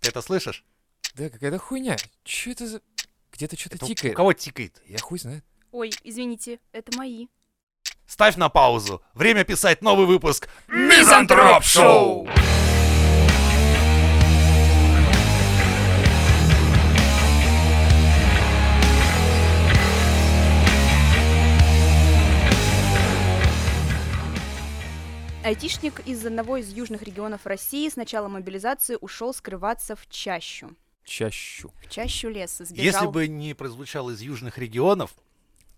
Ты это слышишь? Да, какая-то хуйня. Че это за... Где-то что-то Это у- Ну, У тикает. кого тикает? Я хуй знает. Ой, извините, это мои. Ставь на паузу. Время писать новый выпуск Мизантроп Шоу! Айтишник из одного из южных регионов России с начала мобилизации ушел скрываться в чащу. Чащу. В чащу леса сбежал. Если бы не прозвучал из южных регионов,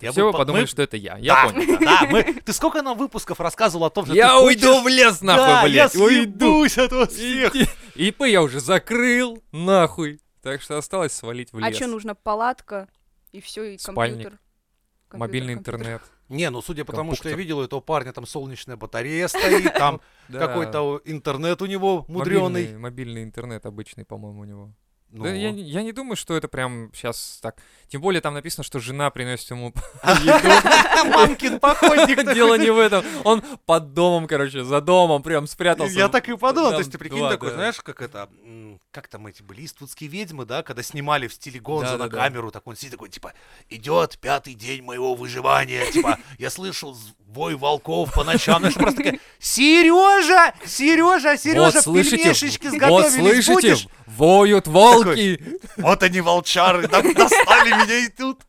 я Все, бы вы по- подумали, мы- что это я. Я Да, понял. да, мы- Ты сколько нам выпусков рассказывал о том, что ты Я хочешь- уйду в лес, Да, нахуй, блядь. я Уйду. съебусь от вас всех. Иди. ИП я уже закрыл, нахуй. Так что осталось свалить в А лес. что нужно? Палатка и все, и Спальник. компьютер. Компьютер, Мобильный компьютер. интернет. Не, ну судя по тому, что я Компуктер. видел, у этого парня там солнечная батарея стоит, там Да. какой-то интернет у него мудреный. Мобильный, мобильный интернет обычный, по-моему, у него. Ну, Да, я, не- я не думаю, что это прям сейчас так. Тем более там написано, что жена приносит ему еду. Мамкин походник. Дело не в этом. Он под домом, короче, за домом прям спрятался. Я так и подумал, то Там есть ты прикинь два, такой, да. знаешь, как это, м, как там эти были, иствудские ведьмы, да, когда снимали в стиле Гонза на Да-да-да. камеру, так он сидит такой, типа, идет пятый день моего выживания, типа, я слышал з- вой волков по ночам, знаешь, просто такая, Сережа, Сережа, Сережа, вот слышите, пельмешечки вот сготовились, слышите, будешь?» воют волки. Вот они, волчары, да- достали меня и тут.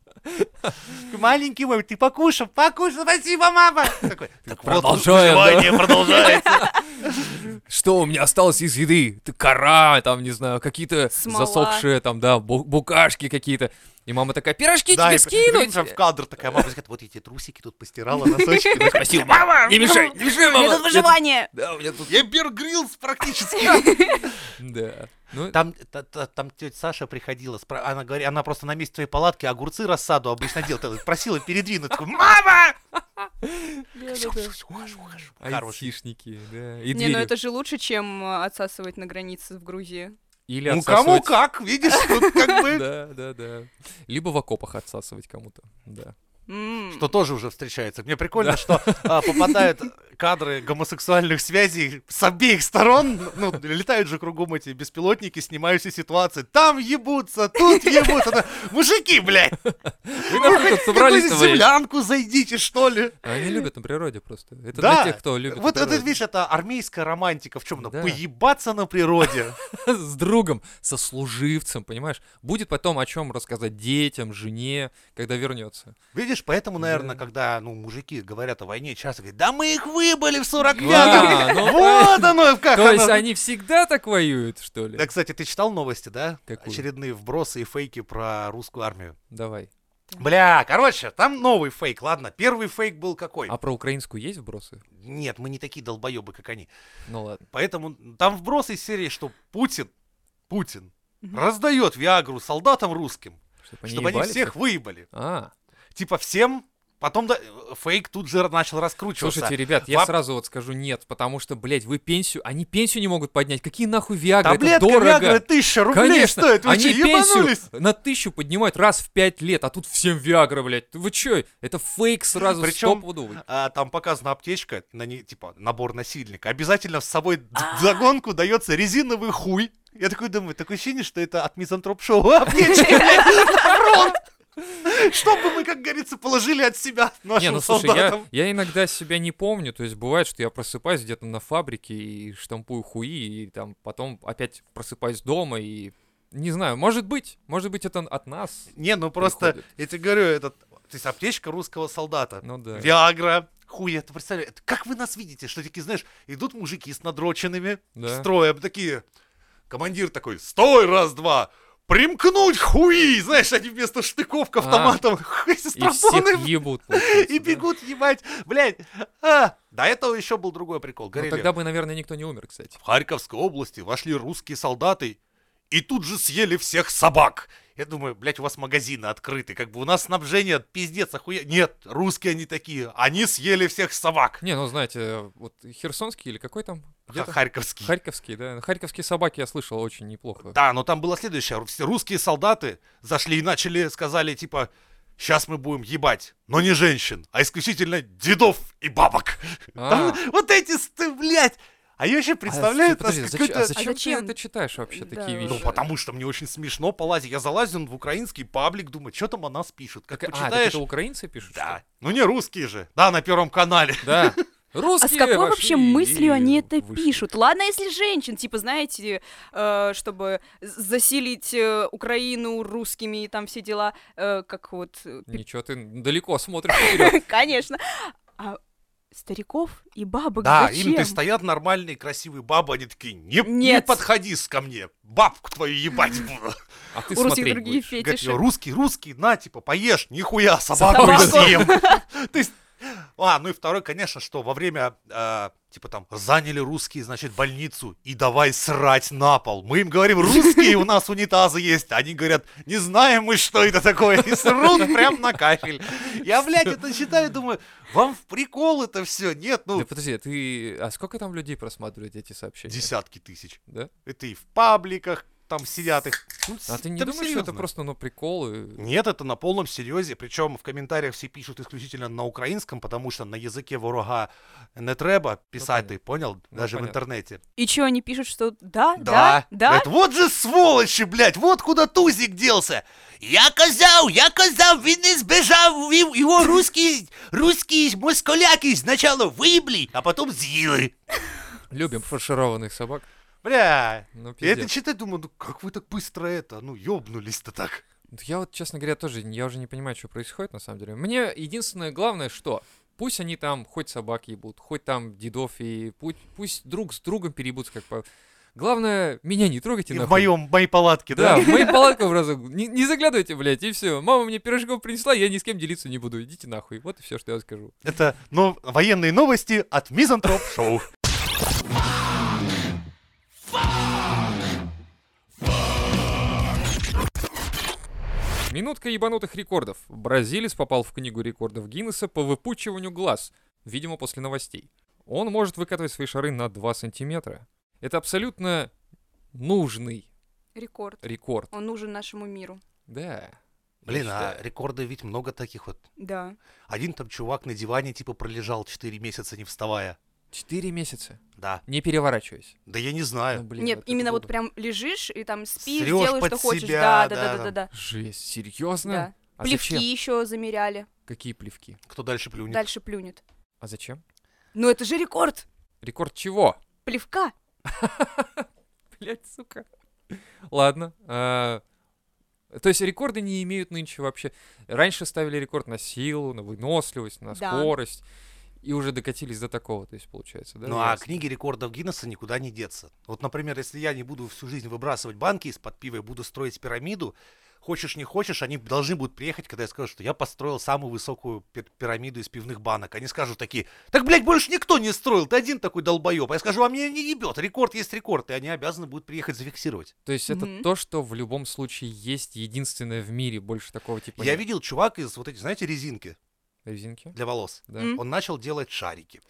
Маленький мой, ты покушал, покушал, спасибо, мама. Такой, так вот, Продолжаем, да?» выживание продолжается. Что у меня осталось из еды? Ты кора, там, не знаю, какие-то Смола. засохшие, там, да, бу- букашки какие-то. И мама такая, пирожки Да, тебе и прикинь, скинуть. прям в кадр такая мама говорит, вот эти трусики тут постирала, носочки. Ну, Спасибо, мама. Не мешай, не мешай, мама. Мне тут Я выживание! Да, у меня тут... Я Бер Гриллс практически. Да. Ну, Там, та- та- там тетя Саша приходила, спра- она говорит, она просто на месте твоей палатки огурцы рассаду обычно делала, просила передвинуть, такой, мама! Всё, всё, всё, ухожу, ухожу. Хороший. а айтишники, да. И Не, ну двери. это же лучше, чем э, отсасывать на границе в Грузии. Или Ну кому отсасывать- как, видишь, тут как бы... Да, да, да. Либо в окопах отсасывать кому-то, да. М. Что тоже уже встречается. Мне прикольно, что а, попадают кадры гомосексуальных связей с обеих сторон. Ну, летают же кругом эти беспилотники, снимающие ситуации. Там ебутся, тут ебутся. Да, Мужики, блядь! Вы нахуй тут собрались А какую-нибудь землянку зайдите, что ли? Они любят на природе просто. Это Да. для тех, кто любит Вот на это, природе. видишь, это армейская романтика. В чем она? Да. Поебаться на природе. с другом, со служивцем, понимаешь? Будет потом о чем рассказать детям, жене, когда вернется. Видишь, поэтому, наверное, Да. когда, ну, мужики говорят о войне, часто говорят, да мы их выбыли в Да, 45-м. ну, Вот оно как То есть оно. они всегда так воюют, что ли? Да, кстати, ты читал новости, да? Какую? Очередные вбросы и фейки про русскую армию. Давай. Бля, короче, там новый фейк, ладно. Первый фейк был какой? А про украинскую есть вбросы? Нет, мы не такие долбоебы, как они. Ну ладно. Поэтому там вбросы из серии, что Путин, Путин Мгм. раздает Виагру солдатам русским, Чтобы они, чтобы они ебались? всех выебали. А, Типа всем, потом да- фейк тут же начал раскручиваться. слушайте, ребят, я Воп- сразу вот скажу нет, потому что, блядь, вы пенсию, они пенсию не могут поднять. Какие нахуй Виагры? Это Таблетка дорого. Виагры 1000 рублей Конечно, стоит, вы они чё, пенсию ебанулись? на тысячу поднимают раз в пять лет, а тут всем Виагра, блядь. Вы чё, это фейк сразу Причём, стопудовый. А, там показана аптечка, на ней, типа, набор насильника. Обязательно с собой д- А. загонку дается резиновый хуй. Я такой думаю, такое ощущение, что это от А, мизантроп-шоу аптечка, блядь, на фронт. Чтобы мы, как говорится, положили от себя Не, нашим ну слушай, я, солдатам. я иногда себя не помню, то есть бывает, что я просыпаюсь где-то на фабрике и штампую хуи, и там потом опять просыпаюсь дома и... Не знаю, может быть, может быть это от нас. Не, ну просто, приходит. я тебе говорю, этот, то есть аптечка русского солдата. Ну да. Виагра, хуй, это представляю, это как вы нас видите, что такие, знаешь, идут мужики с надроченными, Да. строем такие, командир такой, стой, раз-два, примкнуть хуи, знаешь, они вместо штыков к А. автоматам с И всех трофоном ебут. и бегут ебать, блядь, а. до этого еще был другой прикол, Но говорили, Ну, тогда бы, наверное, никто не умер, кстати. в Харьковской области вошли русские солдаты и тут же съели всех собак. Я думаю, блядь, у вас магазины открыты, как бы у нас снабжение пиздец, охуя... Нет, русские они такие, они съели всех собак. Не, ну знаете, вот Херсонский или какой там? Ха- Где-то? Харьковский. Харьковский, да. Харьковские собаки я слышал очень неплохо. Да, но там было следующее. Ру- все Русские солдаты зашли и начали, сказали, типа, сейчас мы будем ебать, но не женщин, а исключительно дедов и бабок. А. Там вот эти, сты, блядь. А я еще представляю, А, подожди, нас зач- какой-то- а зачем, зачем? ты это читаешь вообще такие Да. вещи? Ну, потому что мне очень смешно полазить. Я залазил в украинский паблик, думаю, что там о нас пишут. Как Так, а, так почитаешь... это украинцы пишут? да. Ну, не русские же. Да, на Первом канале. что ли? Да. Русские А с какой вошли вообще мыслью они и это вышли. пишут? Ладно, если женщин, типа, знаете, э, чтобы з- засилить э, Украину русскими и там все дела, э, как вот... э, пи- Ничего, ты далеко смотришь вперед. Конечно. А стариков и бабок Да, им зачем? ты стоят нормальные красивые бабы, они такие, не, не Нет. подходи с ко мне, бабку твою ебать буду. А ты У русских смотреть другие будешь. Говорят, фетиши. «Я русский, русский, на, типа, поешь, нихуя, собаку Собаку. съем. То есть, а, ну и второй, конечно, что во время, э, типа там, заняли русские, значит, больницу, и давай срать на пол. Мы им говорим, русские у нас унитазы есть. Они говорят, не знаем мы, что это такое, и срут прям на кафель. Я, блядь, это читаю, думаю, вам в прикол это все. Нет, Да ну, подожди, а ты... А сколько там людей просматривают эти сообщения? десятки тысяч. Да? Это и в пабликах, там сидят их. Ну, А ты не там думаешь, что это серьезно. просто, ну, приколы? Нет, это на полном серьезе. Причем в комментариях все пишут исключительно на украинском, потому что на языке ворога не треба писать, ты понятно. понял? Ну, Даже в понятно. интернете. И чё, они пишут, что да, да, да? Говорят, вот же сволочи, блядь, вот куда Тузик делся. Я казав, я казав, він не збежав, він- его русские, русские москаляки сначала выбли, а потом съели. Любим фаршированных собак. Бля, Ну, я это пиздец. читаю, думаю, ну как вы так быстро это, ну ёбнулись-то так. Я вот, честно говоря, тоже, я уже не понимаю, что происходит на самом деле. Мне единственное главное, что пусть они там хоть собак ебут, хоть там дедов и пусть, пусть друг с другом переебутся, как по... Главное, меня не трогайте И в нахуй. моем, моей палатке, Да, да? в мои палатку сразу. Не, не заглядывайте, блядь, и все. Мама мне пирожков принесла, я ни с кем делиться не буду. Идите нахуй. Вот и все, что я скажу. Это но... военные новости от Мизантроп Шоу. Минутка ебанутых рекордов. Бразилец попал в книгу рекордов Гиннесса по выпучиванию глаз, видимо, после новостей. Он может выкатывать свои шары на 2 сантиметра. Это абсолютно нужный Рекорд. рекорд. Он нужен нашему миру. Да. Блин, Я а считаю. рекорды ведь много таких вот. Да. Один там чувак на диване типа пролежал 4 месяца не вставая. Четыре месяца. Да. Не переворачиваясь. Да я не Ну, знаю. блин, Нет, это именно вот было бы- прям лежишь и там спишь, Срёшь делаешь, под что хочешь. себя, Да, да, да, да, да, да. Жесть, да. серьезно? да. А Плевки зачем? еще замеряли. Какие плевки? Кто дальше плюнет? Дальше плюнет. А зачем? Ну это же рекорд! Рекорд чего? Плевка! Блять, сука. Ладно. а, То есть рекорды не имеют нынче вообще. Раньше ставили рекорд на силу, на выносливость, на Да. скорость. И уже докатились до такого, то есть получается, да? Ну а ясно. книги рекордов Гиннесса никуда не деться. Вот, например, если я не буду всю жизнь выбрасывать банки из-под пива и буду строить пирамиду, хочешь не хочешь, они должны будут приехать, когда я скажу, что я построил самую высокую пи- пирамиду из пивных банок. Они скажут такие, так, блядь, больше никто не строил, ты один такой долбоеб. А я скажу, а мне не ебет, рекорд есть рекорд, и они обязаны будут приехать зафиксировать. То есть это Мгм. то, что в любом случае есть единственное в мире, больше такого типа Я нет. видел чувак из вот этих, знаете, резинки резинки. для волос. Да. М. Он начал делать шарики.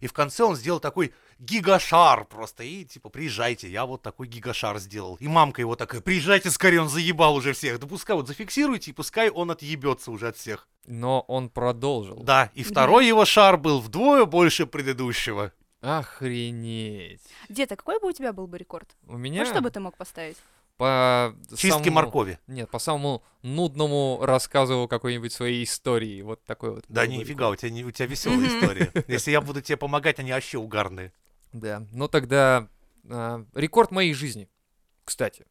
И в конце он сделал такой гигашар просто. И типа, приезжайте, я вот такой гигашар сделал. И мамка его такая, приезжайте скорее, он заебал уже всех. Да пускай вот зафиксируйте, и пускай он отъебется уже от всех. Но он продолжил. Да, и второй его шар был вдвое больше предыдущего. Охренеть. Дед, а какой бы у тебя был бы рекорд? У меня Ну что бы ты мог поставить? по Чистки самому- моркови. Нет, по самому нудному рассказу какой-нибудь своей истории. Вот такой вот. Да был бы нифига, у тебя, не- у тебя веселая Мгм. история. Если я буду тебе помогать, они вообще угарные. Да, ну тогда а, рекорд моей жизни, кстати.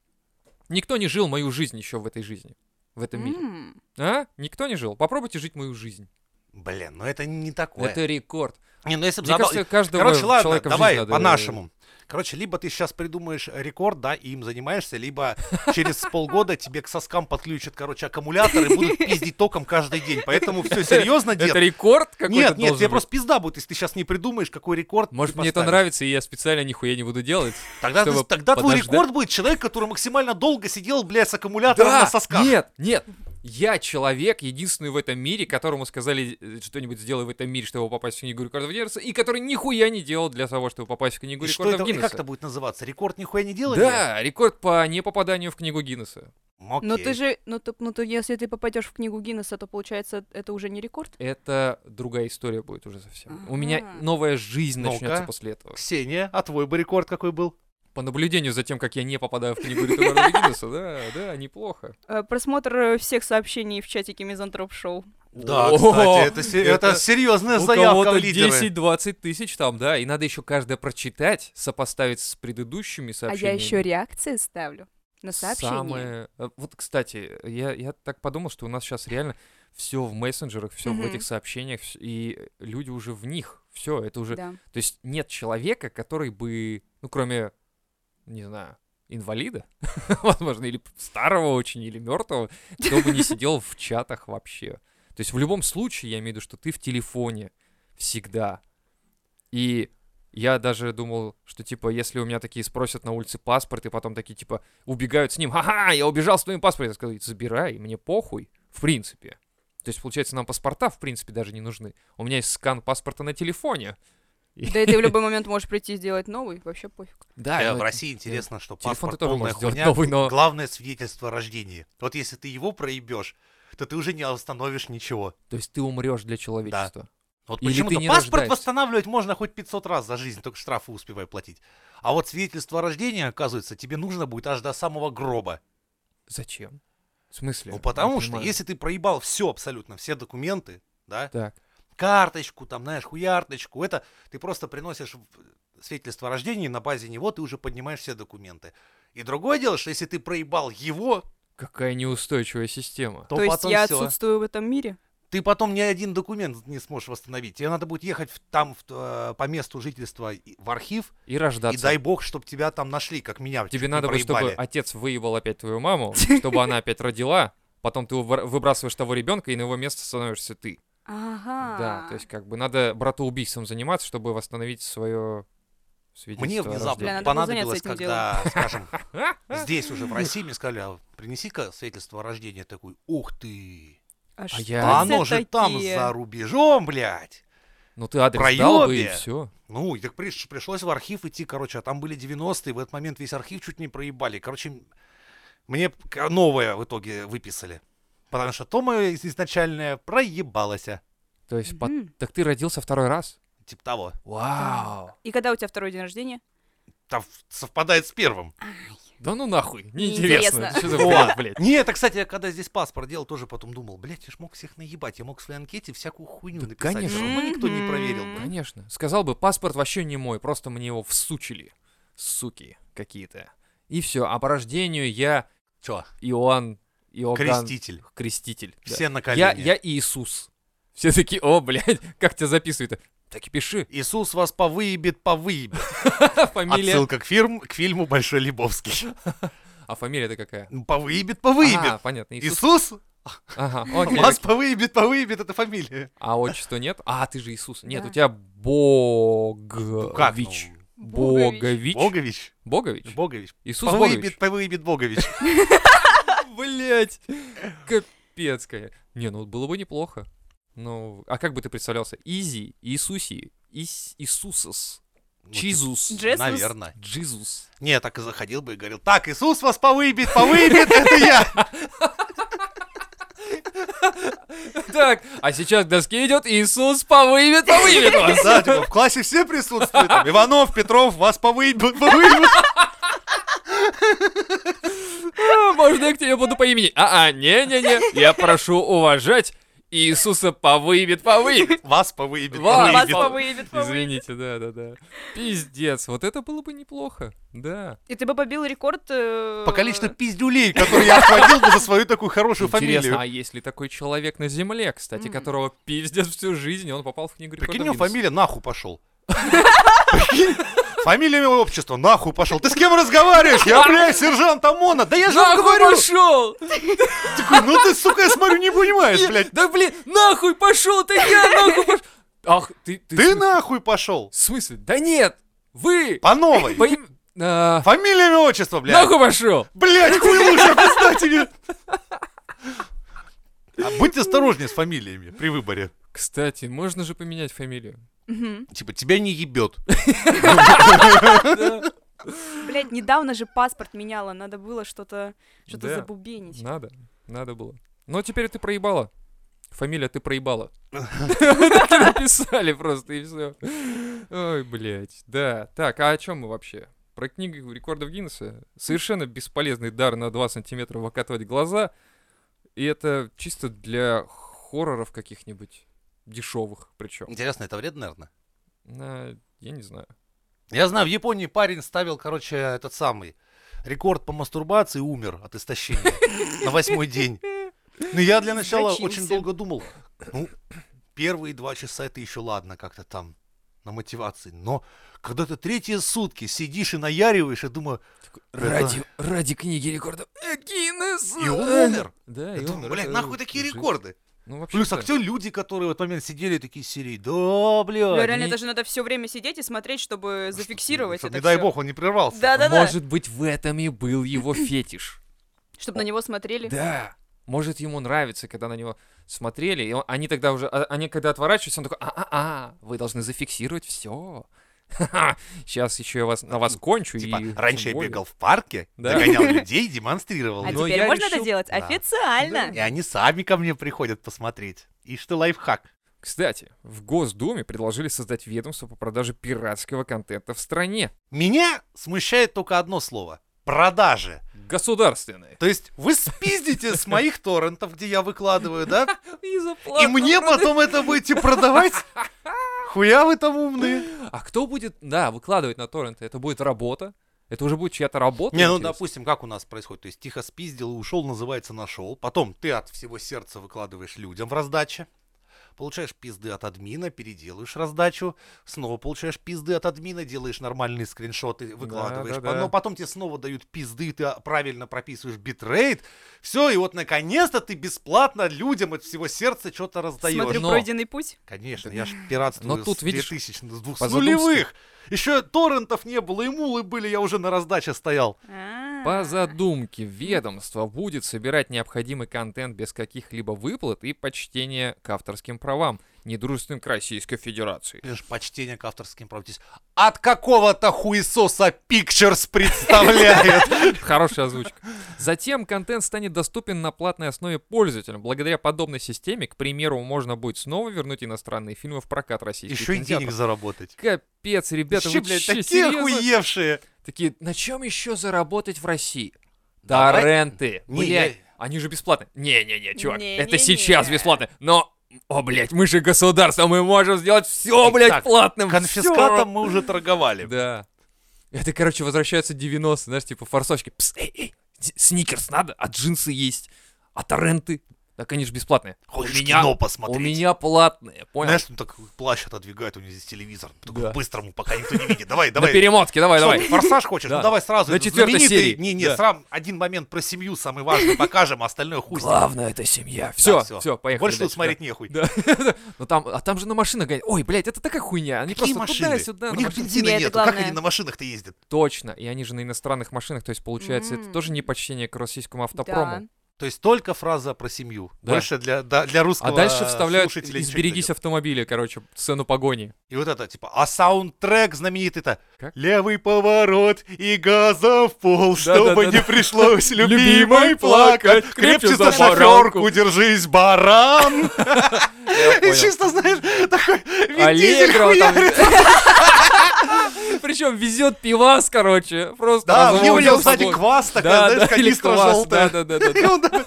Никто не жил мою жизнь еще в этой жизни, в этом мире. М, А? Никто не жил? Попробуйте жить мою жизнь. Блин, ну это не такое. Это рекорд. Не, ну если бы Мне задал- кажется, каждого Короче, ладно, человека в давай жизни надо- э, по-нашему. Короче, либо ты сейчас придумаешь рекорд, да, и им занимаешься, либо через полгода тебе к соскам подключат, короче, аккумулятор и будут пиздить током каждый день. Поэтому все серьезно, дед. Это рекорд какой-то Нет, нет, должен тебе быть? просто пизда будет, если ты сейчас не придумаешь, какой рекорд. ты Может, мне это поставишь. нравится, и я специально нихуя не буду делать. Тогда, ты- чтобы тогда твой подождать. рекорд будет человек, который максимально долго сидел, блядь, с аккумулятором на сосках. Нет, нет. я человек, единственный в этом мире, которому сказали э, что-нибудь сделай в этом мире, чтобы попасть в книгу рекордов Гиннесса, и который нихуя не делал для того, чтобы попасть в книгу И что рекордов это, и как Гиннесса. это будет называться? Рекорд нихуя не делали? да, рекорд по непопаданию в книгу Гиннесса. Но ты же, ну, то, ну то, если ты попадешь в книгу Гиннесса, то получается это уже не рекорд. Это другая история будет уже совсем. У меня Ага. новая жизнь Ну-ка. начнется после этого. Ксения, а твой бы рекорд какой был? По наблюдению за тем, как я не попадаю в книгу рекордов Гиннесса, да, да, неплохо. Э, Просмотр э, всех сообщений в чатике Мизантроп Шоу. Да, О, кстати, это, се- это это серьезная У заявка в кого-то лидеры. 10-20 тысяч там, да, и надо еще каждое прочитать, сопоставить с предыдущими сообщениями. А реакции ставлю на Самое... э, Вот, кстати, я, я так подумал, что у нас сейчас реально все в мессенджерах, все в Мгм. этих сообщениях, вс- и люди уже в них. Все, это уже... То есть нет человека, который бы, ну, кроме, не знаю, инвалида, возможно, или старого очень, или мертвого, кто бы не сидел в чатах вообще. То есть в любом случае, я имею в виду, что ты в телефоне всегда. И я даже думал, что, типа, если у меня такие спросят на улице паспорт, и потом такие, типа, убегают с ним, ха-ха, я убежал с твоим паспортом, я сказал, забирай, мне похуй, в принципе. То есть, получается, нам паспорта, в принципе, даже не нужны. У меня есть скан паспорта на телефоне. И- Да и ты в любой момент можешь прийти и сделать новый, вообще пофиг. Да, Э, но В это- России интересно, что телефон паспорт ты тоже полная можешь сделать хуйня, новый, но- главное свидетельство о рождении. Вот если ты его проебешь, то ты уже не остановишь ничего. Ну То есть ты умрешь для человечества. Вот Или ты почему-то не паспорт рождаешься. восстанавливать можно хоть 500 раз за жизнь, только штрафы успевай платить. А вот свидетельство о рождении, оказывается, тебе нужно будет аж до самого гроба. Зачем? В смысле? Ну, Не потому что понимаю. если ты проебал все абсолютно, все документы, да, Так. карточку, там, знаешь, хуярточку, это ты просто приносишь в- свидетельство о рождении, на базе него ты уже поднимаешь все документы. И другое дело, что если ты проебал его, Какая неустойчивая система. то, То есть потом я всё. отсутствую в этом мире? Ты потом ни один документ не сможешь восстановить. Тебе надо будет ехать в- там в т- э, по месту жительства и- в архив, И и рождаться. дай бог, чтобы тебя там нашли, как меня. чуть Тебе не надо бы, чтобы проебали. отец выебал опять твою маму, чтобы она опять родила, потом ты увра- выбрасываешь того ребенка, и на его место становишься ты. Ага. Да, то есть как бы надо братоубийством заниматься, чтобы восстановить свое Мне свидетельство о внезапно рождении. Бля, надо было понадобилось, заняться этим когда, скажем, А? А здесь уже в России мне сказали, «А принеси-ка свидетельство о рождении. Я Такой, ух ты, А, что я- а Да оно это же там такие? за рубежом, блядь. Ну ты адрес дал бы, и проёбе. все. Ну, и так приш- пришлось в архив идти, короче, а там были 90-е, в этот момент весь архив чуть не проебали. Короче, м- мне п- к- новое в итоге выписали. Потому что то мое из- изначальное проебалось. То есть, по- Мгм. так ты родился второй раз? Типа того. Вау! И когда у тебя второй день рождения? Там в- совпадает с первым. Да ну нахуй, Неинтересно. неинтересно. Что за бред, блядь? Не, это, кстати, я когда здесь паспорт делал, тоже потом думал, блядь, я ж мог всех наебать, я мог в своей анкете всякую хуйню Да, написать. конечно. всё равно никто не проверил. бы. Мгм. Конечно. Сказал бы, паспорт вообще не мой, просто мне его всучили. Суки какие-то. И все. А по рождению я Чё? Иоанн Иоганн. Креститель. Креститель. да. Все на Я, колени. я Иисус. Все такие, о, блядь, как тебя записывают-то? Так и пиши. Иисус вас повыебет, повыебет. Фамилия. Отсылка к, фирм, к фильму «Большой Лебовский». А фамилия-то какая? Ну, Повыебет, повыебет. А, понятно, Иисус. Иисус Ага, окей, Вас окей. повыебет, повыебет, это фамилия. А отчество нет? А, ты же Иисус. Нет, Да. у тебя Э, Богович. Богович. Ну Богович. Богович? Богович. Иисус Богович. Повыебет, повыебет Богович. Блять, капец, конечно. Не, ну было бы неплохо. Ну, а как бы ты представлялся? Изи, Иисуси, Ис- Иисусос, Чизус, Джесус? Ну, типа, Наверное. Джизус. Не, так и заходил бы и говорил, так, Иисус вас повыебет, повыебет, это я. Так, а сейчас к доске идет Иисус повывет, повывет вас. Да, типа, в классе все присутствуют. там, Иванов, Петров, вас повыебет, повыебет. А, Можно я к тебе буду по имени? А-а, не-не-не, я прошу уважать Иисуса повывет, повывет. Вас повыебет, Вас Вас повыебет. повыебет, повыебет. Извините, да-да-да. Пиздец, вот это было бы неплохо, да. И ты бы побил рекорд... э, По количеству пиздюлей, которые я схватил бы за свою такую хорошую Интересно, фамилию. а есть ли такой человек на земле, кстати, Мгм. которого пиздец всю жизнь, и он попал в книгу Прикинь, у рекордов него Гиннесса? фамилия нахуй пошел. Прикинь, Фамилия его общества, нахуй пошел. Ты с кем разговариваешь? Я, блядь, сержант ОМОНа. Да я же вам Нахуй говорю. пошел! Такой, ну ты, сука, я смотрю, не понимаешь, блядь. Да блин, нахуй пошел! Да я нахуй пошел! Ах, ты... Ты, в Ты смы- нахуй пошел. В смысле? Да нет! Вы! По новой. По им- А, Фамилия, имя, отчество, блядь. Нахуй пошел! Блядь, хуй лучше, представь тебе. А будьте осторожнее с фамилиями при выборе. Кстати, можно же поменять фамилию. Мгм. Типа, тебя не ебет. Да, Блядь, недавно же паспорт меняла, надо было что-то что-то Да. забубенить. Надо, надо было. Но теперь ты проебала. Фамилия ты проебала. Так и написали просто, и все. Ой, блядь. Да. Так, а о чем мы вообще? Про книгу рекордов Гиннесса. Совершенно бесполезный дар на 2 сантиметра выкатывать глаза. И это чисто для хорроров каких-нибудь дешевых причем. Интересно, это вредно, наверное? я не знаю. Я знаю, в Японии парень ставил, короче, этот самый рекорд по мастурбации и умер от истощения на восьмой день. Но я для начала Изгочился. очень долго думал, ну, первые два часа это еще ладно как-то там на мотивации, но когда ты третьи сутки сидишь и наяриваешь, я думаю, ради- ради книги рекордов Гиннесса. и он умер. Да, Я и думаю, умер. э, блядь, Это нахуй такие жесть. рекорды? Ну, вообще Плюс, а все люди, которые в этот момент сидели такие серии, да, Бля, блядь. Ну, реально не- даже надо все время сидеть и смотреть, чтобы зафиксировать Чтоб, это Не дай всё. бог, он не прервался. Да-да-да. Может быть, в этом и был его фетиш. Чтобы на него смотрели. Да. Может, ему нравится, когда на него смотрели, и он- они тогда уже, а- они когда отворачиваются, он такой, а-а-а, вы должны зафиксировать все. Сейчас еще я вас, на вас кончу. Типа, и раньше я тем более». бегал в парке, Да. догонял людей, демонстрировал. А им. Но теперь я можно это решил- делать Да. официально. И они сами ко мне приходят посмотреть. Ишь ты лайфхак. Кстати, в Госдуме предложили создать ведомство по продаже пиратского контента в стране. Меня смущает только одно слово. Продажи. Государственное. То есть вы спиздите с моих торрентов, где я выкладываю, да? И И мне потом это будете продавать? Хуя вы там умные. А кто будет, да, выкладывать на торренты? Это будет работа? Это уже будет чья-то работа? Не, ну интересно? допустим, как у нас происходит. То есть тихо спиздил и ушел, называется нашел. Потом ты от всего сердца выкладываешь людям в раздаче. Получаешь пизды от админа, переделаешь раздачу, снова получаешь пизды от админа, делаешь нормальные скриншоты, выкладываешь. да, да. Но потом тебе снова дают пизды, ты а, правильно прописываешь битрейт. Все, и вот наконец-то ты бесплатно людям от всего сердца что-то раздаешь. Смотрю Но- пройденный путь. Конечно, я ж пиратствую Но тут, с видишь, 2000, с двух- с по задумству. нулевых. Еще торрентов не было, и мулы были, я уже на раздаче стоял. А. По задумке ведомство будет собирать необходимый контент без каких-либо выплат и почтения к авторским правам, недружественным к Российской Федерации. Блин, ж почтение к авторским правам. Здесь От какого-то хуесоса Pictures представляет. Хорошая озвучка. Затем контент станет доступен на платной основе пользователям. Благодаря подобной системе, к примеру, можно будет снова вернуть иностранные фильмы в прокат российских Еще и денег кинотеатров. заработать. Капец, ребята, Ещё, вы блядь, чё, такие серьезно? охуевшие. Такие, на чем еще заработать в России? Давай. Торренты. Не, Блядь, я- они же бесплатные. Не-не-не, чувак, Не, это не, сейчас не. бесплатно. Но, о, блядь, мы же государство, мы можем сделать все, блядь, Итак, платным. Конфискатом мы уже торговали. всё. Да. Это, короче, возвращаются 90 знаешь, типа форсочки. Пс, эй, эй, с- сникерс надо, а джинсы есть, а торренты. Так они же бесплатные. Хочешь у меня, кино у посмотреть? меня платные, понял? Знаешь, он так плащ отодвигает, у него здесь телевизор. Такой Да. быстрому, пока никто не видит. Давай, На давай. перемотке, давай, Что давай. ты, Форсаж хочешь? Да. Ну давай сразу. На этот четвёртой знаменитый- серии. Не, не, Да. сам один момент про семью самый важный покажем, а остальное хуй. с ним. Главное, это семья. Все, всё. все, поехали. Больше тут дальше, да. смотреть нехуй. Да. Но там, а там же на машинах гонят. Ой, блядь, это такая хуйня. Они Какие просто машины? туда-сюда. У на них машинах. бензина Не, это нет. Как главное. они на машинах-то ездят? Точно. И они же на иностранных машинах. То есть, получается, это тоже не почтение к российскому Да. автопрому. То есть только фраза про семью. Да. Больше для, да- для русского А дальше вставляют слушателя ничего не «Изберегись дает. автомобиля», короче, сцену погони. И вот это, типа, а саундтрек знаменитый-то. Как? Левый поворот и газа в пол, чтобы да, не да. пришлось любимой плакать. Крепче за шофёрку. шоферку держись, баран. Я И понял. А чисто, знаешь, такой Вин Дизель Аллегрова там. хуярит. Причем везет пивас, короче. Просто Да, у разводит него с сзади собой. квас такой, Да, знаешь, да, или канистра квас, желтая. Да, да, да, И да. он такой,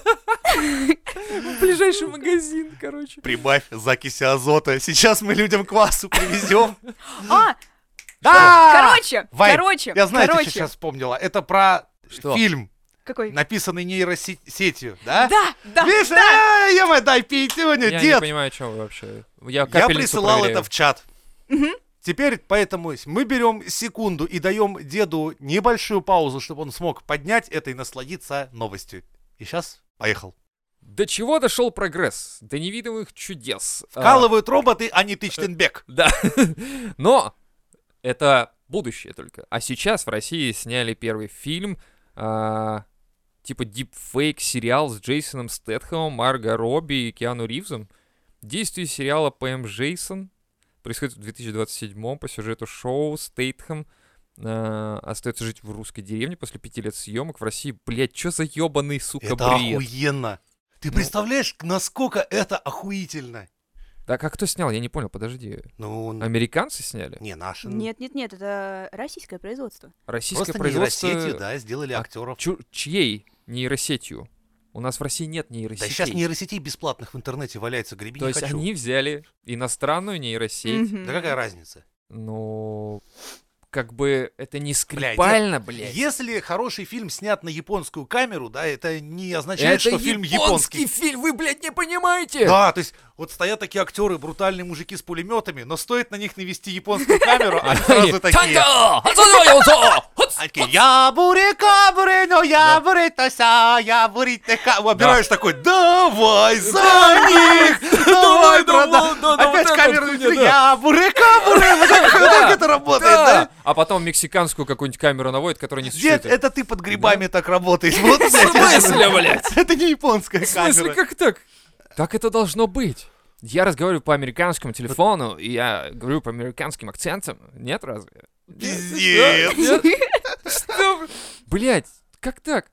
Ближайший магазин, короче. Прибавь закиси азота. Сейчас мы людям квасу привезем. А, Да! короче, Вайб. короче, А! Я знаю, короче. что сейчас вспомнила. Это про Что? фильм, Какой? написанный нейросетью, да? Да, да. Видишь, а, е-мое, дай пить сегодня, Я не дед. понимаю, о чем вы вообще. Я Я капельницу присылал проверяю. это в чат. Теперь поэтому мы берем секунду и даем деду небольшую паузу, чтобы он смог поднять это и насладиться новостью. И сейчас поехал. До чего дошел прогресс? До невидимых чудес. А, Калывают роботы, а не Тычтенбек. да. Но это будущее только. А сейчас в России сняли первый фильм а, типа дипфейк сериал с Джейсоном Стэтхэмом, Марго Робби и Киану Ривзом. Действие сериала ПМ Джейсон происходит в 2027 по сюжету шоу Стейтхэм э, остается жить в русской деревне после пяти лет съемок в России. Блять, чё за ебаный, сука, Это бред? охуенно. Ты Ну. представляешь, насколько это охуительно? Так, а кто снял? Я не понял, подожди. Ну, он- Американцы сняли? не наши. Нет, нет, нет, это российское производство. Российское Просто производство... нейросетью, да, сделали А, актеров. Чу- чьей нейросетью? У нас в России нет Да нейросетей. сейчас нейросетей бесплатных в интернете валяется, греби То не есть хочу. они взяли иностранную нейросеть, Мгм. Да какая разница? но как бы это не Блядь, скрипально, блядь. Если хороший фильм снят на японскую камеру, да, это не означает, Это что фильм японский. фильм, вы, блядь, не понимаете! Да, то есть вот стоят такие актеры, брутальные мужики с пулеметами, но стоит на них навести японскую камеру, они А они, сразу такие. «Танго! Отсюда я уйду! Отс- Они такие, я бурика, но я буритося, я буритека. Выбираешь такой, давай за них, давай, Давай, да, братан». вот, да, да, вот Опять это камеру, хуйня, такие, да. я бурика, бурика. Да, Как это работает, да? да. А потом мексиканскую какую-нибудь камеру наводит, которая не существует. Дед, это ты под грибами так работаешь. Вот, смысле, блядь? Это не японская В смысле, камера. как так? Так это должно быть. Я разговариваю по американскому телефону, и я говорю по американским акцентам. Нет, разве? Пиздец. Нет, нет. Что? Блять, как так?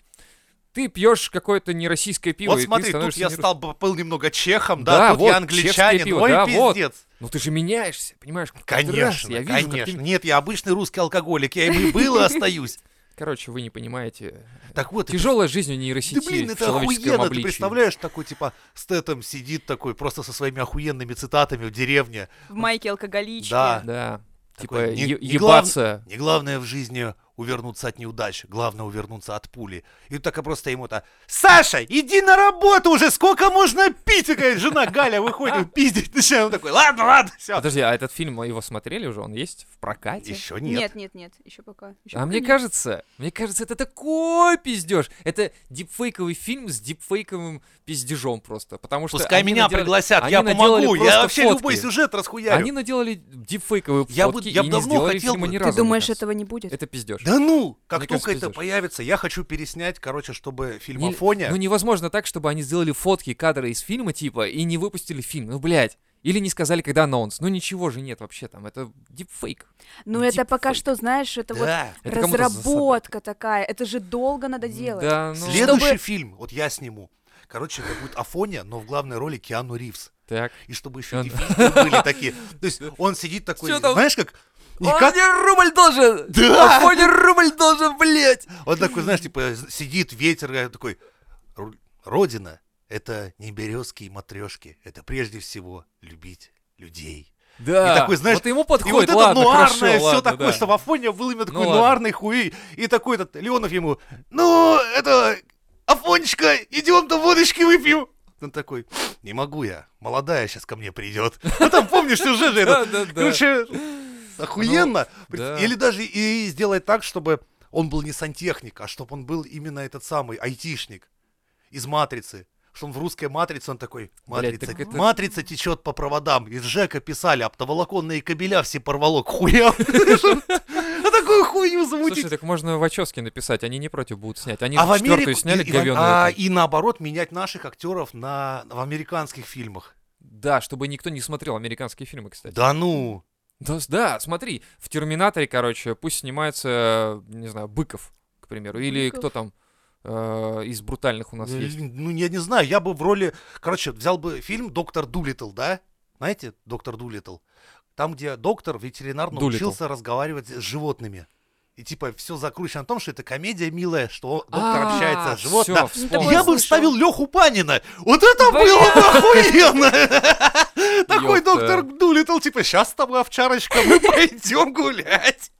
Ты пьешь какое-то нероссийское пиво, Вот и ты смотри, тут становишься я не рус- стал бы- был немного чехом, Да, да, тут вот, я чешское англичанин. пиво, Ой, да, вот. пиздец. Ну ты же меняешься, понимаешь? каждый раз Конечно, я вижу, как ты- конечно. Нет, я обычный русский алкоголик, я им и был и остаюсь. Короче, вы не понимаете. Так вот, и Тяжелая жизнь у Да нейросети блин, в это человеческом охуенно, ты обличии. представляешь, такой типа Стэтом сидит такой просто со своими охуенными цитатами в деревне. В майке алкоголички. Да. Да. Типа, Такой, не- е- не глав- ебаться. Не главное в жизни увернуться от неудач, главное увернуться от пули. И так и просто ему-то «Саша, иди на работу уже, сколько можно пить?» Такая жена Галя выходит, и пиздить начинает. Он такой «Ладно, ладно, все». Подожди, а этот фильм, его смотрели уже? Он есть в прокате? Еще нет. Нет, нет, нет, еще пока. А ещё пока мне нет. кажется, мне кажется, это такой пиздеж. Это дипфейковый фильм с дипфейковым пиздежом просто. Потому что. Пускай они меня наделали- пригласят, я они наделали помогу, я просто вообще фотки. любой сюжет расхуярю. Они наделали дипфейковые Я бы- фотки я бы и не давно сделали хотел фильма бы. ни Ты разу. Ты мне думаешь, кажется. этого не будет? Это пиздеж. Да ну! Как Мне кажется, только это пиздёж. появится, я хочу переснять, короче, чтобы Не- фильмофония... ну невозможно так, чтобы они сделали фотки, кадры из фильма типа и не выпустили фильм. Ну блядь. Или не сказали, когда анонс. Ну ничего же нет вообще там. Это дипфейк. Ну это пока Deepfake. что, знаешь, это вот Да. типа, Это кому-то засадно. разработка такая. Это же долго надо делать. Да, ну. Следующий фильм, вот я сниму. Короче, это будет Афония, но в главной роли Киану Ривз. Так. И чтобы еще Он- дефициты были такие. То есть он сидит такой, Чё там? знаешь, как... и Он как- мне рубль должен! Да! Он мне рубль должен, блядь! Он такой, знаешь, типа, сидит ветер, э, такой, «Ру- родина — это не березки и матрешки, это прежде всего любить людей. Да. И такой, знаешь, вот ему И подходит, вот это ладно, нуарное хорошо, все ладно, такое, да. Ну что в Афоне был именно такой ладно. нуарный хуи. И такой этот Леонов ему, ну, это, Афонечка, идем-то водочки выпьем. Он такой, не могу я, молодая сейчас ко мне придет. Ну там, помнишь, сюжет же этот, Да, да, да. Короче, охуенно. Ну, да. Или даже и сделать так, чтобы он был не сантехник, а чтобы он был именно этот самый айтишник из «Матрицы». Что он в русской «Матрице», он такой, Блядь, «Матрица, так это- матрица течет по проводам». Из Жека писали, оптоволоконные кабеля все порвало к хуям. А такую хуйню Слушай, замутить. так можно Вачовски написать, они не против будут снять. Они А в четвертую Америку... сняли и- и- говёную а, эту. и наоборот, менять наших актеров на... в американских фильмах. Да, чтобы никто не смотрел американские фильмы, кстати. Да ну! Да, с- да, смотри, в Терминаторе, короче, пусть снимается, не знаю, Быков, к примеру, или Быков. кто там э, из брутальных у нас Э, есть. Ну, я не знаю, я бы в роли... Короче, взял бы фильм «Доктор Дулитл», да? Знаете, «Доктор Дулитл»? Там, где доктор ветеринар Дулиттл. научился разговаривать с животными. И типа все закручено на том, что это комедия милая, что он- доктор А, общается с всё, животным. вспомнил. Я бы Слышал. вставил Леху Панина. Вот это Блин. было бы охуенно! Такой Ёпта. доктор Дулитл, типа, сейчас с тобой, овчарочка, мы пойдем гулять.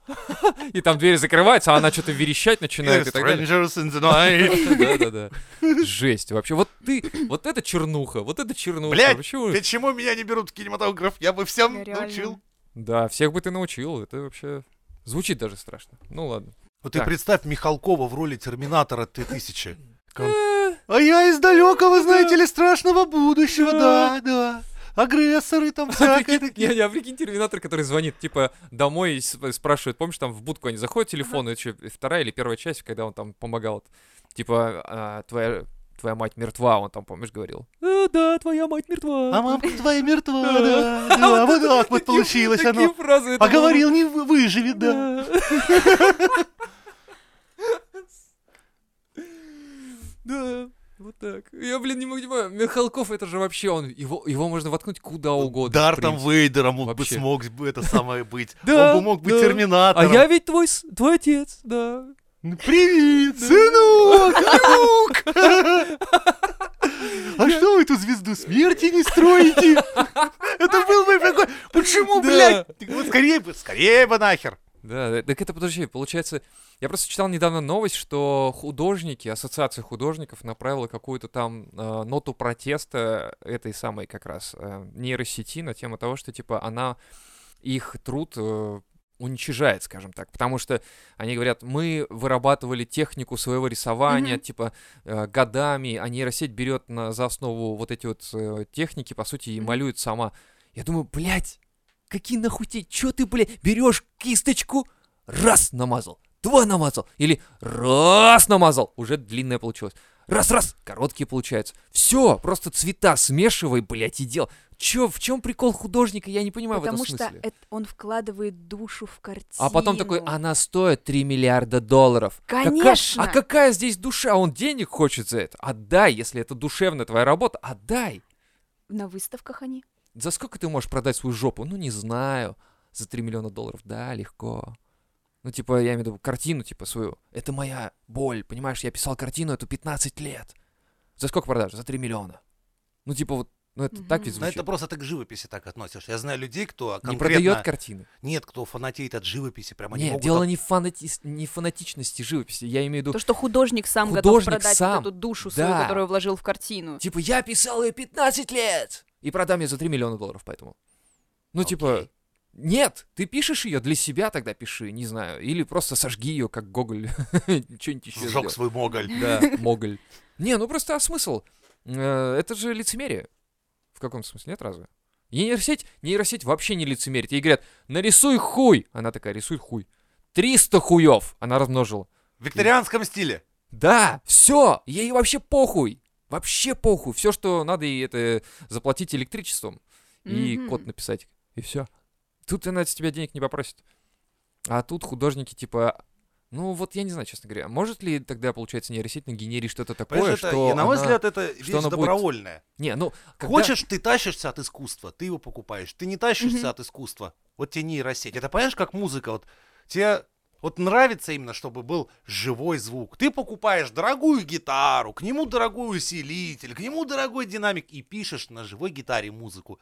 И там двери закрываются, а она что-то верещать начинает Э, и так далее. «Э, Strangers in the night. Да-да-да. Жесть вообще. Вот ты, вот это чернуха, вот это чернуха. Блядь, Почему? Почему меня не берут в кинематограф? Я бы Я всем реально. научил. Да, всех бы ты научил, это вообще звучит даже страшно. Ну ладно. Вот Так. ты представь Михалкова в роли Терминатора Т-1000. Кон- Э, А я из далекого, знаете ли, страшного будущего, да, да. Агрессоры там всякое А Я, такие. я прикинь, терминатор, который звонит, типа, домой и с- спрашивает, помнишь, там в будку они заходят, телефон, это еще вторая или первая часть, когда он там помогал Типа, а, твоя, твоя мать мертва, он там, помнишь, говорил? «Э, да, твоя мать мертва. А мамка твоя мертва, да. да, Вот так вот получилось А Такие оно. фразы, это А было- говорил, не вы- выживет, да. Да, вот так. Я, блин, не могу не понимаю. Михалков, это же вообще он. Его, его можно воткнуть куда угодно. в Дартом принципе. Вейдером он бы Вообще. смог бы это самое быть. Да, Он бы мог быть да. А терминатором. я ведь твой, с- твой отец, да. Ну, Привет, сынок, Люк! А что вы эту звезду смерти не строите? Это был бы такой... Почему, Да. блядь? Вот скорее бы, скорее бы нахер. Да, э, так это подожди, получается, я просто читал недавно новость, что художники, ассоциация художников направила какую-то там э, ноту протеста этой самой как раз э, нейросети на тему того, что типа она их труд э, уничижает, скажем так, потому что они говорят, мы вырабатывали технику своего рисования, Мгм. типа э, годами, а нейросеть берет на, за основу вот эти вот э, техники, по сути, и Мгм. малюет сама. Я думаю, блядь, какие нахуй те, чё ты, блядь, берешь кисточку, раз намазал, два намазал, или раз намазал, уже длинное получилось. Раз-раз, короткие получаются. Все, просто цвета смешивай, блядь, и дел. Чё, в чем прикол художника, я не понимаю в Потому этом что смысле. эт- он вкладывает душу в картину. А потом такой, она стоит 3 миллиарда долларов. Какая- Конечно. а какая здесь душа? Он денег хочет за это. Отдай, если это душевная твоя работа, отдай. На выставках они. За сколько ты можешь продать свою жопу? Ну, не знаю. За 3 миллиона долларов, да, легко. Ну, типа, я имею в виду картину, типа, свою. Это моя боль, понимаешь? Я писал картину эту 15 лет. За сколько продашь? За 3 миллиона. Ну, типа, вот, ну, это так ведь Мгм. Но звучит. это просто так к живописи так относишься. Я знаю людей, кто Не конкретно... продает картины. Нет, кто фанатеет от живописи. Прямо не Нет, могут... дело от- не, в фанати- не в фанатичности живописи. Я имею в виду, То, что художник сам готов Ну, Художник продать сам, вот эту душу свою, да. которую вложил в картину. Типа, я писал ее 15 лет! И продам ее за 3 миллиона долларов, поэтому. Ну, типа, Окей. нет, ты пишешь ее для себя, тогда пиши, не знаю. Или просто сожги ее, как Гоголь. Что-нибудь еще. Сжег свой моголь. Да, Моголь. Не, ну просто а смысл? Э, Это же лицемерие. В каком смысле? Нет разве? И Нейросеть, нейросеть вообще не лицемерит. Ей говорят, нарисуй хуй. Она такая, рисуй хуй. 300 хуев она размножила. В викторианском стиле. Да, все, ей вообще похуй. Вообще похуй. Все, что надо, ей это заплатить электричеством и Мгм. код написать. И все. Тут она с тебя денег не попросит. А тут художники типа... Ну вот я не знаю, честно говоря, может ли тогда, получается, нейросеть на генере что-то такое, Понимаешь, что это, и на мой она- взгляд, это вещь она будет- добровольная. Не, ну... когда- Хочешь, ты тащишься от искусства, ты его покупаешь. Ты не тащишься Мгм. от искусства. Вот тебе нейросеть. Это понимаешь, как музыка. Вот тебе вот нравится именно, чтобы был живой звук. Ты покупаешь дорогую гитару, к нему дорогой усилитель, к нему дорогой динамик и пишешь на живой гитаре музыку.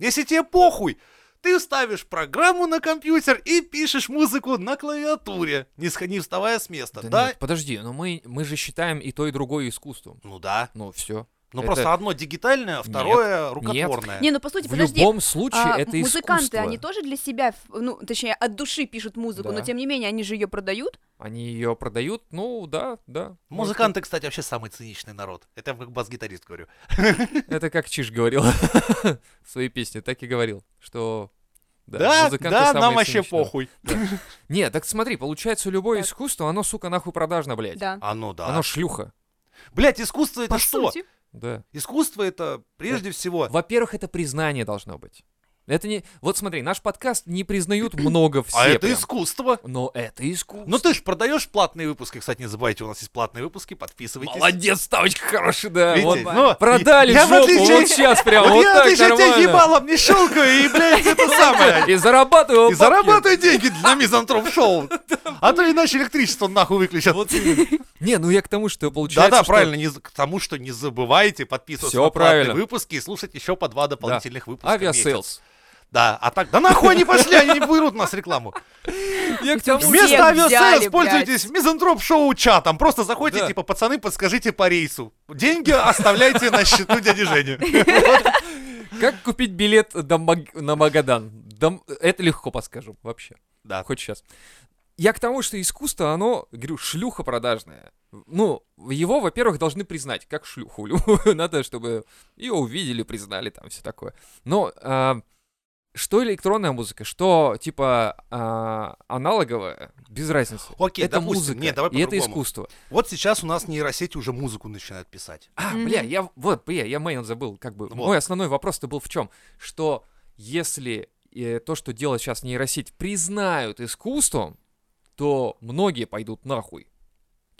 Если тебе похуй, ты ставишь программу на компьютер и пишешь музыку на клавиатуре, не, сх- не вставая с места, да? Да нет, подожди, но мы, мы же считаем и то, и другое искусством. Ну да. Ну все. Ну Это- просто одно дигитальное, а второе рукотворное. Не, ну по сути, В подожди. любом случае а, это музыканты, искусство. они тоже для себя, ф- ну, точнее, от души пишут музыку, но Да. тем не менее, они же ее продают. Они ее продают, ну да, да. может быть. Музыканты, кстати, вообще самый циничный народ. Это я как бас-гитарист говорю. Это как Чиж говорил в своей песне, так и говорил, что... Да, да, музыканты самые нам вообще циничные. похуй. Не, так смотри, получается, любое Так. искусство, оно, сука, нахуй продажно, блядь. Да. А ну да. Оно шлюха, Блять, искусство это По что? сути. да. Искусство это прежде всего. А Во-первых, это признание должно быть. Это не... Вот смотри, наш подкаст не признают много все А это прям. искусство. Но это искусство. Ну ты ж продаешь платные выпуски. Кстати, не забывайте, у нас есть платные выпуски, подписывайтесь. Молодец, ставочка хороший, да. Видите? вот. Опа. Ну, Продали я в жопу, отличие- вот сейчас прям, Вот вот, я в так отличие от тебя нормально. ебалом не щелкаю, и, блядь, это самое. И зарабатывал И зарабатывай деньги для мизантроп-шоу. А то иначе электричество нахуй выключат. Не, ну я к тому, что получается, Да-да, что- правильно, не з- к тому, что не забывайте подписываться Всё на платные правильно. выпуски и слушать еще по два дополнительных выпуска. в месяц. Авиасейлс. Да, а так, да нахуй они пошли, они не берут нас рекламу. Я к тому, Всё Всех Вместо авиасейлс взяли, пользуйтесь мизантроп-шоу чатом. Просто заходите, Да. типа, пацаны, подскажите по рейсу. Деньги оставляйте на счету дяди Жени. Вот. Как купить билет до Маг- на Магадан? Дам- Это легко подскажу вообще. Да. Хоть сейчас. Я к тому, что искусство, оно, говорю, шлюха продажная. Ну, его, во-первых, должны признать, как шлюху. любую. Надо, чтобы ее увидели, признали, там все такое. Но а, что электронная музыка, что типа а, аналоговая, без разницы. Окей, это допустим, музыка, нет, давай и это по-другому. искусство. Вот сейчас у нас нейросети уже музыку начинают писать. А, Мгм. бля, я вот, бля, я мейн забыл, как бы. Вот. Мой основной вопрос-то был в чем, что если э, то, что делает сейчас нейросеть, признают искусством, то многие пойдут нахуй.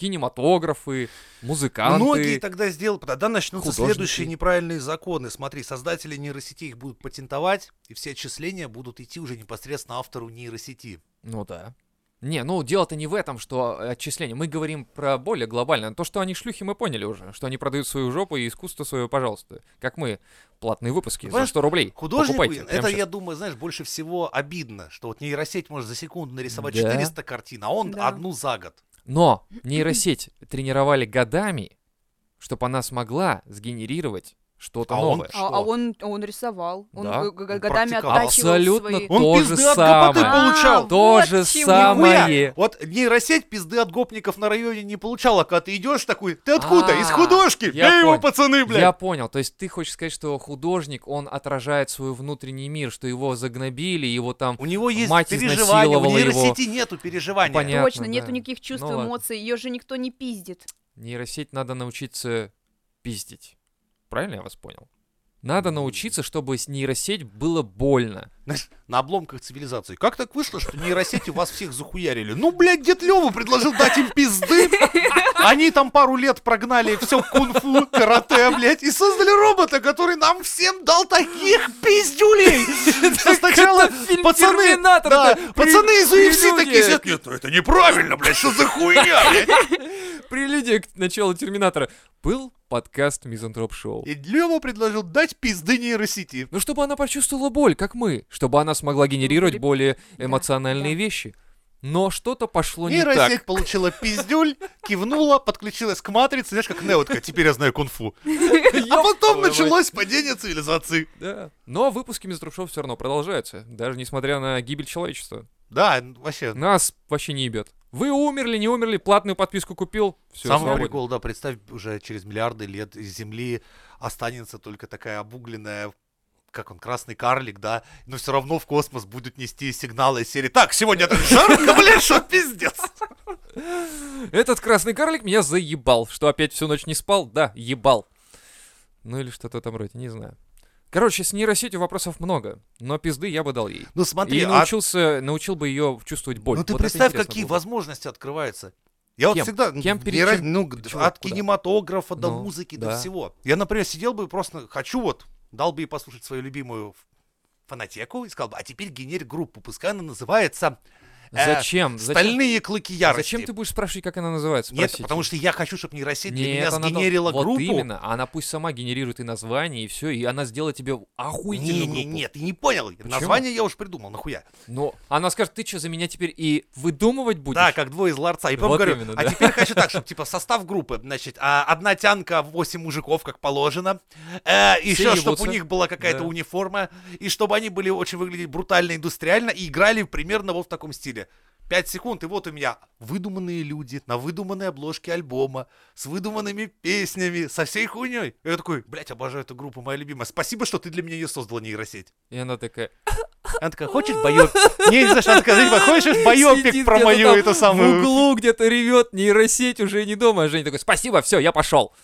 Кинематографы, музыканты. Многие тогда сделают, тогда начнутся художники. следующие неправильные законы. Смотри, создатели нейросетей их будут патентовать, и все отчисления будут идти уже непосредственно автору нейросети. Ну да. Не, ну дело-то не в этом, что э, отчисление. Мы говорим про более глобальное. То, что они шлюхи, мы поняли уже. Что они продают свою жопу и искусство свое, пожалуйста. Как мы. Платные выпуски за понимаешь, 100 рублей. Художнику Покупайте. прямо это, щас. я думаю, знаешь, больше всего обидно, что вот нейросеть может за секунду нарисовать Да. 400 картин, а он Да. одну за год. Но нейросеть тренировали годами, чтобы она смогла сгенерировать что-то А он новое. ш- А, а Что? он, он рисовал, он Да. г- г- Он годами практиковал. оттачивал Абсолютно свои... Он Он То же пизды от гопоты самое. получал. А, То вот же чему. самое. Нихуя! Мои. Вот нейросеть пизды от гопников на районе не получала, когда ты идешь такой, ты откуда? Из А, художки! я Эй, его, понял. пацаны, Я блядь! понял. То есть ты хочешь сказать, что художник, он отражает свой внутренний мир, что его загнобили, его там... У него есть Мать переживания, у изнасиловала его. нейросети нету переживаний. Понятно. Точно, да. нету никаких чувств, Ну ладно. эмоций, ее же никто не пиздит. Нейросеть надо научиться пиздить. Правильно я вас понял? Надо научиться, чтобы с нейросеть было больно. Знаешь, на обломках цивилизации. Как так вышло, что нейросети вас всех захуярили? Ну, блядь, дед Лёва предложил дать им пизды. Они там пару лет прогнали все кунг-фу, карате, блядь, и создали робота, который нам всем дал таких пиздюлей. Что Сначала Это фильм пацаны, «Терминатор», да, это пацаны из прелюдия. UFC такие сидят. Нет, ну это неправильно, блядь, что за хуйня, блядь?» Прелюдия к началу Терминатора. Был подкаст Мизантроп Шоу. И Лёва предложил дать пизды нейросети. Ну, чтобы она почувствовала боль, как мы. Чтобы она смогла генерировать или- более да, эмоциональные да. вещи. Но что-то пошло не так. Нейросеть получила пиздюль, кивнула, подключилась к матрице, знаешь, как Нео, такая, теперь я знаю кунг-фу. А Ёб потом твою мать. началось падение цивилизации. Да. Но выпуски Мизантроп Шоу все равно продолжаются. Даже несмотря на гибель человечества. Да, н- вообще. Нас вообще не ебет. Вы умерли, не умерли, платную подписку купил. Все, Самый прикол, да, представь, уже через миллиарды лет из Земли останется только такая обугленная как он, красный карлик, да, но все равно в космос будут нести сигналы из серии «Так, сегодня этот шар, да, блядь, что пиздец!» Этот красный карлик меня заебал, что опять всю ночь не спал, да, ебал. Ну или что-то там вроде, не знаю. Короче, с нейросетью вопросов много, но пизды я бы дал ей. Ну смотри, И а научился, научил бы ее чувствовать боль. Ну ты Вот это представь, интересно какие было бы. возможности открываются. Я вот Кем? всегда Кем не перед ра- чем? ну, г- Чего, от куда? кинематографа до Ну, музыки да. до всего. Я, например, сидел бы и просто хочу вот дал бы ей послушать свою любимую ф- фонотеку и сказал бы, а теперь генерь группу, пускай она называется э, Зачем? Зачем? «Стальные клыки ярости». Зачем ты будешь спрашивать, как она называется? Нет, Спросите. потому что я хочу, чтобы нейросеть для Нет, меня она дол- сгенерила вот группу. именно, она пусть сама генерирует и название, и все, и она сделает тебе Не, охуительную не, группу. нет, ты не понял. Название я уже придумал, нахуя. Но она скажет, ты что, за меня теперь и выдумывать будешь? Да, как двое из ларца. И потом Вот говорю, именно, а да. теперь хочу так, чтобы типа состав группы, значит, а, одна тянка, восемь мужиков, как положено. еще, чтобы у ебутся. них была какая-то Да. униформа, и чтобы они были очень выглядели брутально, индустриально, и играли примерно вот в таком стиле. Пять секунд, и вот у меня выдуманные люди на выдуманной обложке альбома, с выдуманными песнями, со всей хуйней. И я такой, блядь, обожаю эту группу, моя любимая. Спасибо, что ты для меня ее создала, нейросеть. И она такая, Она такая, хочешь боёпик? Не, не за что. Она такая, типа, хочешь боёпик Сидит про где-то мою там эту В самую... углу где-то ревет нейросеть, уже не дома. А Женя такой, спасибо, все, я пошел.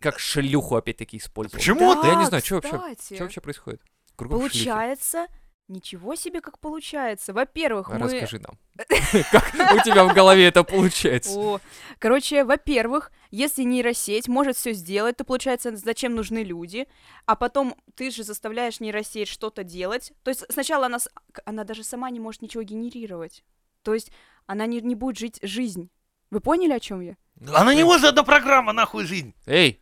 Как шлюху опять-таки использовал. Почему Да я не знаю, чё вообще- кстати. Что вообще происходит? Кругом шлюхи. Получается, ничего себе как получается. Во-первых, А мы... Расскажи нам. Как у тебя в голове это получается? О, Короче, во-первых, если нейросеть может все сделать, то получается, зачем нужны люди, а потом ты же заставляешь нейросеть что-то делать. То есть сначала она, с- к- она даже сама не может ничего генерировать. То есть она не, не будет жить жизнь. Вы поняли, о чем я? Она не может одна программа, нахуй, жизнь. Эй!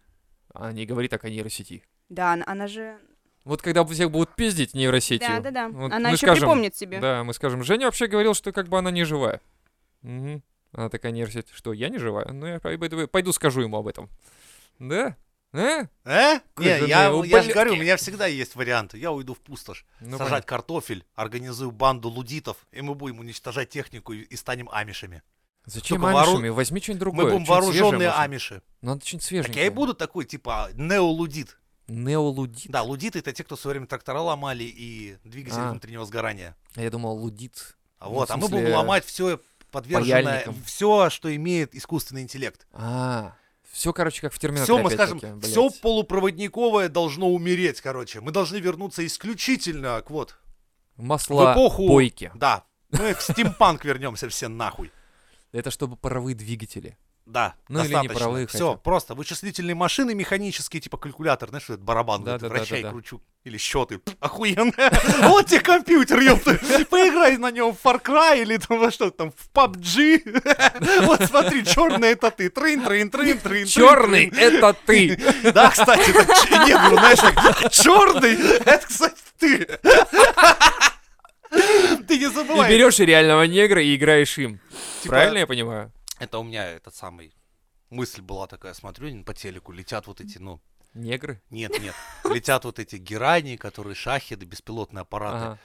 А не говори так о нейросети. Да, она, она же... Вот когда всех будут пиздить нейросетью. Да, да, да. вот она мы еще скажем, припомнит себе. Да, мы скажем, Женя вообще говорил, что как бы она не живая. Мгм. Она такая нейросеть, что я не живая? Ну, я пойду, пойду скажу ему об этом. Да? Э? Э? Какой Не, же я, ты я же говорю, у ублюдки. меня всегда есть варианты. Я уйду в пустошь, Ну, сажать картофель, организую банду лудитов, и мы будем уничтожать технику и, и станем амишами. Зачем Только вору- амишами? Возьми что-нибудь другое. мы будем что-нибудь свежее вооруженные можно. амиши. Надо что-нибудь Так свеженькое. я и буду такой, типа, неолудит. Неолудит. Да, лудиты это те, кто в свое время трактора ломали и двигатели А. внутреннего сгорания. А Я думал, лудит. А Ну, вот, в а мы смысле, будем ломать все подверженное, паяльником. все, что имеет искусственный интеллект. А, все, короче, как в терминаторе. Все, мы скажем, опять-таки, блядь. все полупроводниковое должно умереть, короче. Мы должны вернуться исключительно к вот, Масла в эпоху- бойки. да. Мы в стимпанк вернемся все нахуй. Это чтобы паровые двигатели. Да, Ну или не паровые Все, хотя бы. просто вычислительные машины механические, типа калькулятор, знаешь, этот барабан, вот Да, этот да, да, вращай, да, да. кручу. Или счеты. Пф, Охуенно. Вот тебе компьютер, ёпта. Поиграй на нем в Far Cry или там во что там, в PUBG. Вот смотри, черный это ты. Трын, трын, трын, трын. Черный, это ты! трын. Да, кстати, так ч- не ну, знаешь, так, черный, это, кстати, ты. Ты не Ты забывай. берешь реального негра и играешь им. Типа, Правильно я понимаю? Это у меня этот самый мысль была такая, смотрю по телеку, летят вот эти, ну, Негры? Нет, нет. Летят вот эти герани, которые шахеды, беспилотные аппараты Ага.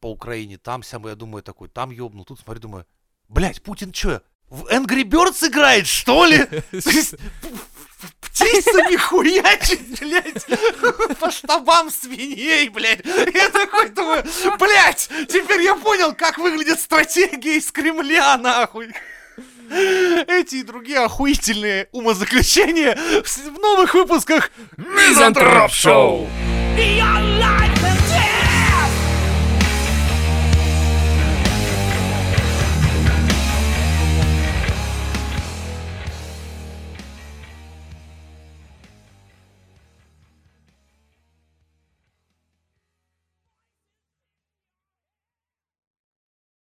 по Украине. Там сям, я думаю, такой, там ёбнул. Тут смотрю, думаю, блядь, Путин чё, в Angry Birds играет, что ли? То есть п- п- Птицами хуячит, блядь, по штабам свиней, блядь. Я такой думаю, блядь, теперь я понял, как выглядит стратегия из Кремля, нахуй. Эти и другие охуительные умозаключения в с- в новых выпусках Мизантроп Шоу! Be alive!